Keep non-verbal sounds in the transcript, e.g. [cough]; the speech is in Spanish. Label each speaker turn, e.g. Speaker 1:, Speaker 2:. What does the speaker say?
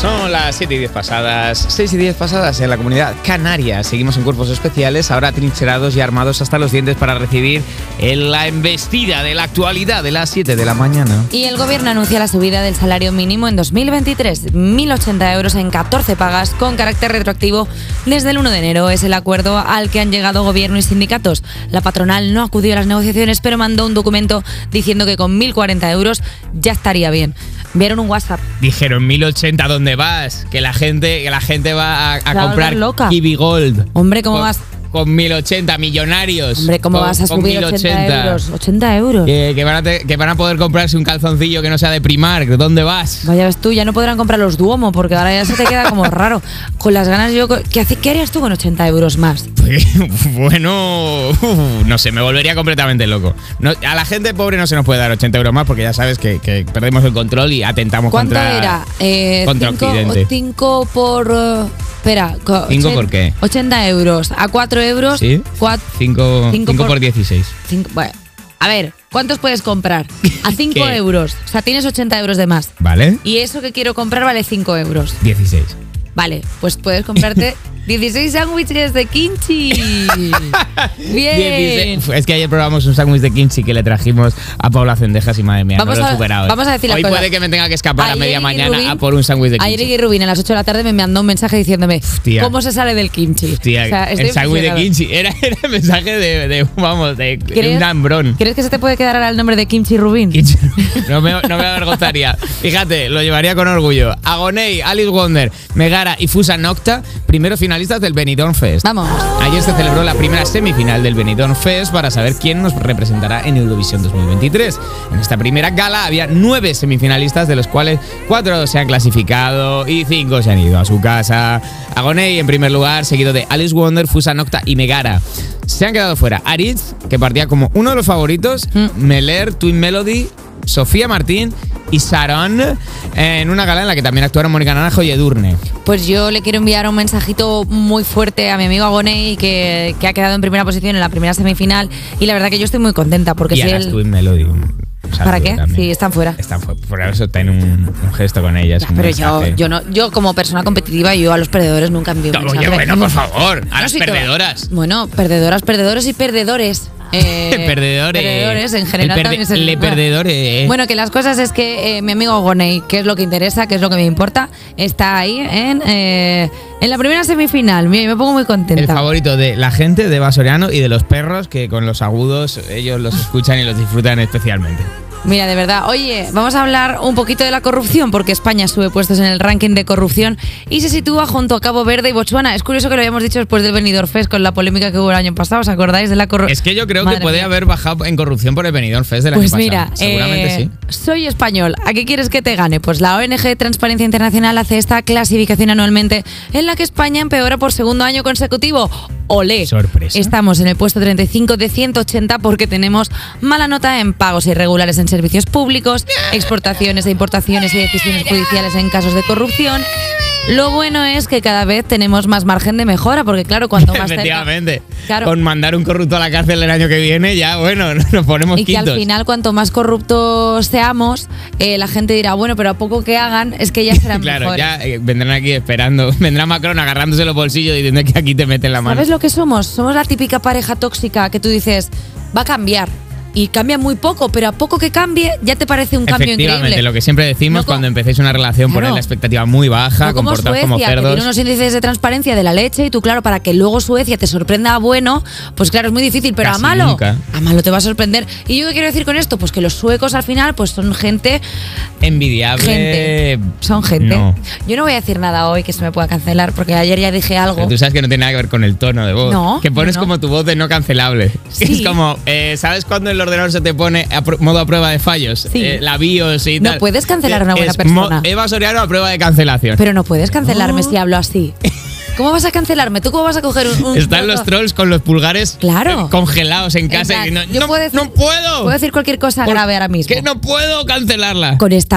Speaker 1: Son las 7 y 10 pasadas, 6 y 10 pasadas en la comunidad canaria. Seguimos en cuerpos especiales, ahora trincherados y armados hasta los dientes para recibir en la embestida de la actualidad de las 7 de la mañana.
Speaker 2: Y el gobierno anuncia la subida del salario mínimo en 2023, 1.080 euros en 14 pagas con carácter retroactivo desde el 1 de enero. Es el acuerdo al que han llegado gobierno y sindicatos. La patronal no acudió a las negociaciones, pero mandó un documento diciendo que con 1.040 euros ya estaría bien. Vieron un WhatsApp.
Speaker 1: Dijeron 1080, ¿dónde vas? Que la gente, que la gente va a, a
Speaker 2: va
Speaker 1: comprar
Speaker 2: a volver loca.
Speaker 1: Kiwi Gold.
Speaker 2: Hombre, ¿cómo
Speaker 1: Con-
Speaker 2: vas?
Speaker 1: Con 1080, millonarios.
Speaker 2: Hombre, ¿cómo
Speaker 1: Con-
Speaker 2: vas a
Speaker 1: con
Speaker 2: subir 80 euros? 80 euros.
Speaker 1: Que, que van a te- que van a poder comprarse un calzoncillo que no sea de Primark. ¿Dónde vas?
Speaker 2: Vaya ves tú, ya no podrán comprar los Duomo porque ahora ya se te
Speaker 1: [laughs]
Speaker 2: queda como raro. Con las ganas yo... ¿Qué, hace- qué harías tú con 80 euros más?
Speaker 1: [laughs] Bueno, uf, no sé, me volvería completamente loco. No, a la gente pobre no se nos puede dar 80 euros más porque ya sabes que, que perdemos el control y atentamos
Speaker 2: ¿Cuánto
Speaker 1: contra.
Speaker 2: era?
Speaker 1: contra Occidente.
Speaker 2: 5 por... eh, espera. co-
Speaker 1: ¿Cinco
Speaker 2: ochen-
Speaker 1: por qué?
Speaker 2: 80 euros. A 4 euros...
Speaker 1: ¿Sí?
Speaker 2: 4,
Speaker 1: 5
Speaker 2: Cinco por-
Speaker 1: por 16.
Speaker 2: bueno, a ver, ¿cuántos puedes comprar?
Speaker 1: [laughs]
Speaker 2: A 5
Speaker 1: ¿Qué?
Speaker 2: euros. O sea, tienes 80 euros de más.
Speaker 1: ¿Vale?
Speaker 2: Y eso que quiero comprar vale 5 euros.
Speaker 1: 16.
Speaker 2: Vale, pues
Speaker 1: [laughs]
Speaker 2: puedes comprarte 16 sándwiches de kimchi. Bien.
Speaker 1: 16. Uf, Es que ayer probamos un sándwich de kimchi que le trajimos a Paula Cendejas y madre mía,
Speaker 2: Vamos
Speaker 1: no lo he
Speaker 2: a-
Speaker 1: superado. ¿eh?
Speaker 2: vamos a decir las
Speaker 1: Hoy
Speaker 2: cosas.
Speaker 1: puede que me tenga que escapar a
Speaker 2: Ayer
Speaker 1: media
Speaker 2: Iggy
Speaker 1: mañana
Speaker 2: Rubin-
Speaker 1: a por un sándwich de kimchi.
Speaker 2: Ayer Iggy Rubin a las 8 de la tarde me mandó un mensaje diciéndome
Speaker 1: Hostia.
Speaker 2: ¿Cómo se sale del kimchi?
Speaker 1: Hostia,
Speaker 2: O sea, estoy
Speaker 1: el sándwich de
Speaker 2: impresionada.
Speaker 1: kimchi era, era el mensaje de, de, vamos, de, de
Speaker 2: ¿Crees-
Speaker 1: un hambrón.
Speaker 2: ¿Crees que se te puede quedar ahora el nombre de Kimchi Rubin?
Speaker 1: No me, no me avergonzaría. Fíjate, lo llevaría con orgullo. Agonei, Alice Wonder, Megara y Fusa Nocta, primeros finalistas del Benidorm Fest.
Speaker 2: Vamos.
Speaker 1: Ayer se celebró la primera semifinal del Benidorm Fest para saber quién nos representará en Eurovisión 2023. En esta primera gala había nueve semifinalistas, de los cuales cuatro se han clasificado y cinco se han ido a su casa. Agonei en primer lugar, seguido de Alice Wonder, Fusa Nocta y Megara. Se han quedado fuera Aritz, que partía como uno de los favoritos, Meler, Twin Melody, Sofía Martín y Sharon, en una gala en la que también actuaron Mónica Naranjo y Edurne.
Speaker 2: Pues yo le quiero enviar un mensajito muy fuerte a mi amigo Agoney que, que ha quedado en primera posición en la primera semifinal y la verdad que yo estoy muy contenta porque
Speaker 1: y
Speaker 2: si
Speaker 1: Aras
Speaker 2: él...
Speaker 1: Twin Melody. O sea,
Speaker 2: ¿Para
Speaker 1: tú
Speaker 2: qué?
Speaker 1: también.
Speaker 2: Sí, están fuera.
Speaker 1: Están fu- por eso ten un, un gesto con ellas.
Speaker 2: Ya,
Speaker 1: un
Speaker 2: pero yo,
Speaker 1: mensaje.
Speaker 2: yo no, yo como persona competitiva, yo a los perdedores nunca envío
Speaker 1: No,
Speaker 2: mensaje.
Speaker 1: oye, bueno, por favor, a
Speaker 2: No
Speaker 1: las
Speaker 2: soy todo-
Speaker 1: perdedoras.
Speaker 2: Bueno, perdedoras, perdedores
Speaker 1: [laughs]
Speaker 2: y perdedores. Eh,
Speaker 1: Perdedores.
Speaker 2: Perdedores en
Speaker 1: El
Speaker 2: general
Speaker 1: perde-
Speaker 2: también se-
Speaker 1: le
Speaker 2: bueno.
Speaker 1: perdedores.
Speaker 2: Bueno, que las cosas es que eh, mi amigo Gonei, que es lo que interesa, que es lo que me importa, está ahí en, eh, en la primera semifinal. Mira, yo me pongo muy contenta.
Speaker 1: El favorito de la gente, de Basoriano y de los perros, que con los agudos ellos
Speaker 2: Ah.
Speaker 1: los escuchan y los disfrutan especialmente.
Speaker 2: Mira, de verdad. Oye, vamos a hablar un poquito de la corrupción, porque España sube puestos en el ranking de corrupción y se sitúa junto a Cabo Verde y Botswana. Es curioso que lo habíamos dicho después del Benidorm Fest con la polémica que hubo el año pasado. ¿Os acordáis de la corrupción?
Speaker 1: Es que yo creo que puede haber bajado en corrupción por el Benidorm Fest del
Speaker 2: Pues
Speaker 1: año
Speaker 2: mira,
Speaker 1: pasado. Seguramente
Speaker 2: eh,
Speaker 1: sí.
Speaker 2: soy español. ¿A qué quieres que te gane? Pues la ONG Transparencia Internacional hace esta clasificación anualmente en la que España empeora por segundo año consecutivo. ¡Olé!
Speaker 1: Sorpresa.
Speaker 2: Estamos en el puesto 35 de 180 porque tenemos mala nota en pagos irregulares en servicios públicos, exportaciones e importaciones y decisiones judiciales en casos de corrupción. Lo bueno es que cada vez tenemos más margen de mejora porque claro,
Speaker 1: [laughs]
Speaker 2: cuanto más cerca...
Speaker 1: Efectivamente.
Speaker 2: Claro.
Speaker 1: Con mandar un corrupto a la cárcel el año que viene, ya bueno, [laughs] nos ponemos
Speaker 2: Y que
Speaker 1: quintos.
Speaker 2: al final, cuanto más corruptos seamos, eh, la gente dirá, bueno, pero a poco que hagan,
Speaker 1: [laughs]
Speaker 2: es que ya serán
Speaker 1: Claro,
Speaker 2: mejores.
Speaker 1: ya eh, vendrán aquí esperando. [laughs] Vendrá Macron agarrándose los bolsillos diciendo que aquí te meten la mano.
Speaker 2: ¿Sabes lo que somos? Somos la típica pareja tóxica que tú dices, va a cambiar. Y cambia muy poco, pero a poco que cambie, ya te parece un cambio
Speaker 1: Efectivamente,
Speaker 2: increíble.
Speaker 1: lo que siempre decimos
Speaker 2: No co-
Speaker 1: cuando empecéis una relación,
Speaker 2: Claro.
Speaker 1: poner la expectativa muy baja,
Speaker 2: No como
Speaker 1: comportar
Speaker 2: Suecia,
Speaker 1: como
Speaker 2: que tiene
Speaker 1: cerdos.
Speaker 2: unos índices de transparencia de la leche y tú, claro, para que luego Suecia te sorprenda a bueno, pues claro, es muy difícil, pero
Speaker 1: Casi
Speaker 2: a malo,
Speaker 1: nunca.
Speaker 2: a malo te va a sorprender. ¿Y yo qué quiero decir con esto? Pues que los suecos al final pues son gente
Speaker 1: Envidiable.
Speaker 2: Gente. Son gente.
Speaker 1: No.
Speaker 2: Yo no voy a decir nada hoy que se me pueda cancelar porque ayer ya dije algo.
Speaker 1: Pero tú sabes que no tiene nada que ver con el tono de voz.
Speaker 2: No,
Speaker 1: Que pones
Speaker 2: no, no.
Speaker 1: como tu voz de no cancelable. [laughs]
Speaker 2: Sí.
Speaker 1: Es como, eh, ¿sabes cuando el ordenador se te pone a pr- modo a prueba de fallos?
Speaker 2: Sí.
Speaker 1: Eh, la BIOS y
Speaker 2: No
Speaker 1: tal.
Speaker 2: puedes cancelar a una buena
Speaker 1: Es mo-
Speaker 2: persona.
Speaker 1: Eva Soriano a prueba de cancelación.
Speaker 2: Pero no puedes cancelarme
Speaker 1: No.
Speaker 2: si hablo así. ¿Cómo vas a cancelarme? ¿Tú cómo vas a coger un.? un
Speaker 1: Están
Speaker 2: trozo?
Speaker 1: los trolls con los pulgares
Speaker 2: Claro.
Speaker 1: eh, congelados en
Speaker 2: En
Speaker 1: casa.
Speaker 2: plan,
Speaker 1: y no,
Speaker 2: yo
Speaker 1: no-
Speaker 2: puedo decir-
Speaker 1: no puedo.
Speaker 2: Puedo decir cualquier cosa
Speaker 1: Por-
Speaker 2: grave ahora mismo.
Speaker 1: Que no puedo cancelarla.
Speaker 2: Con esta voz.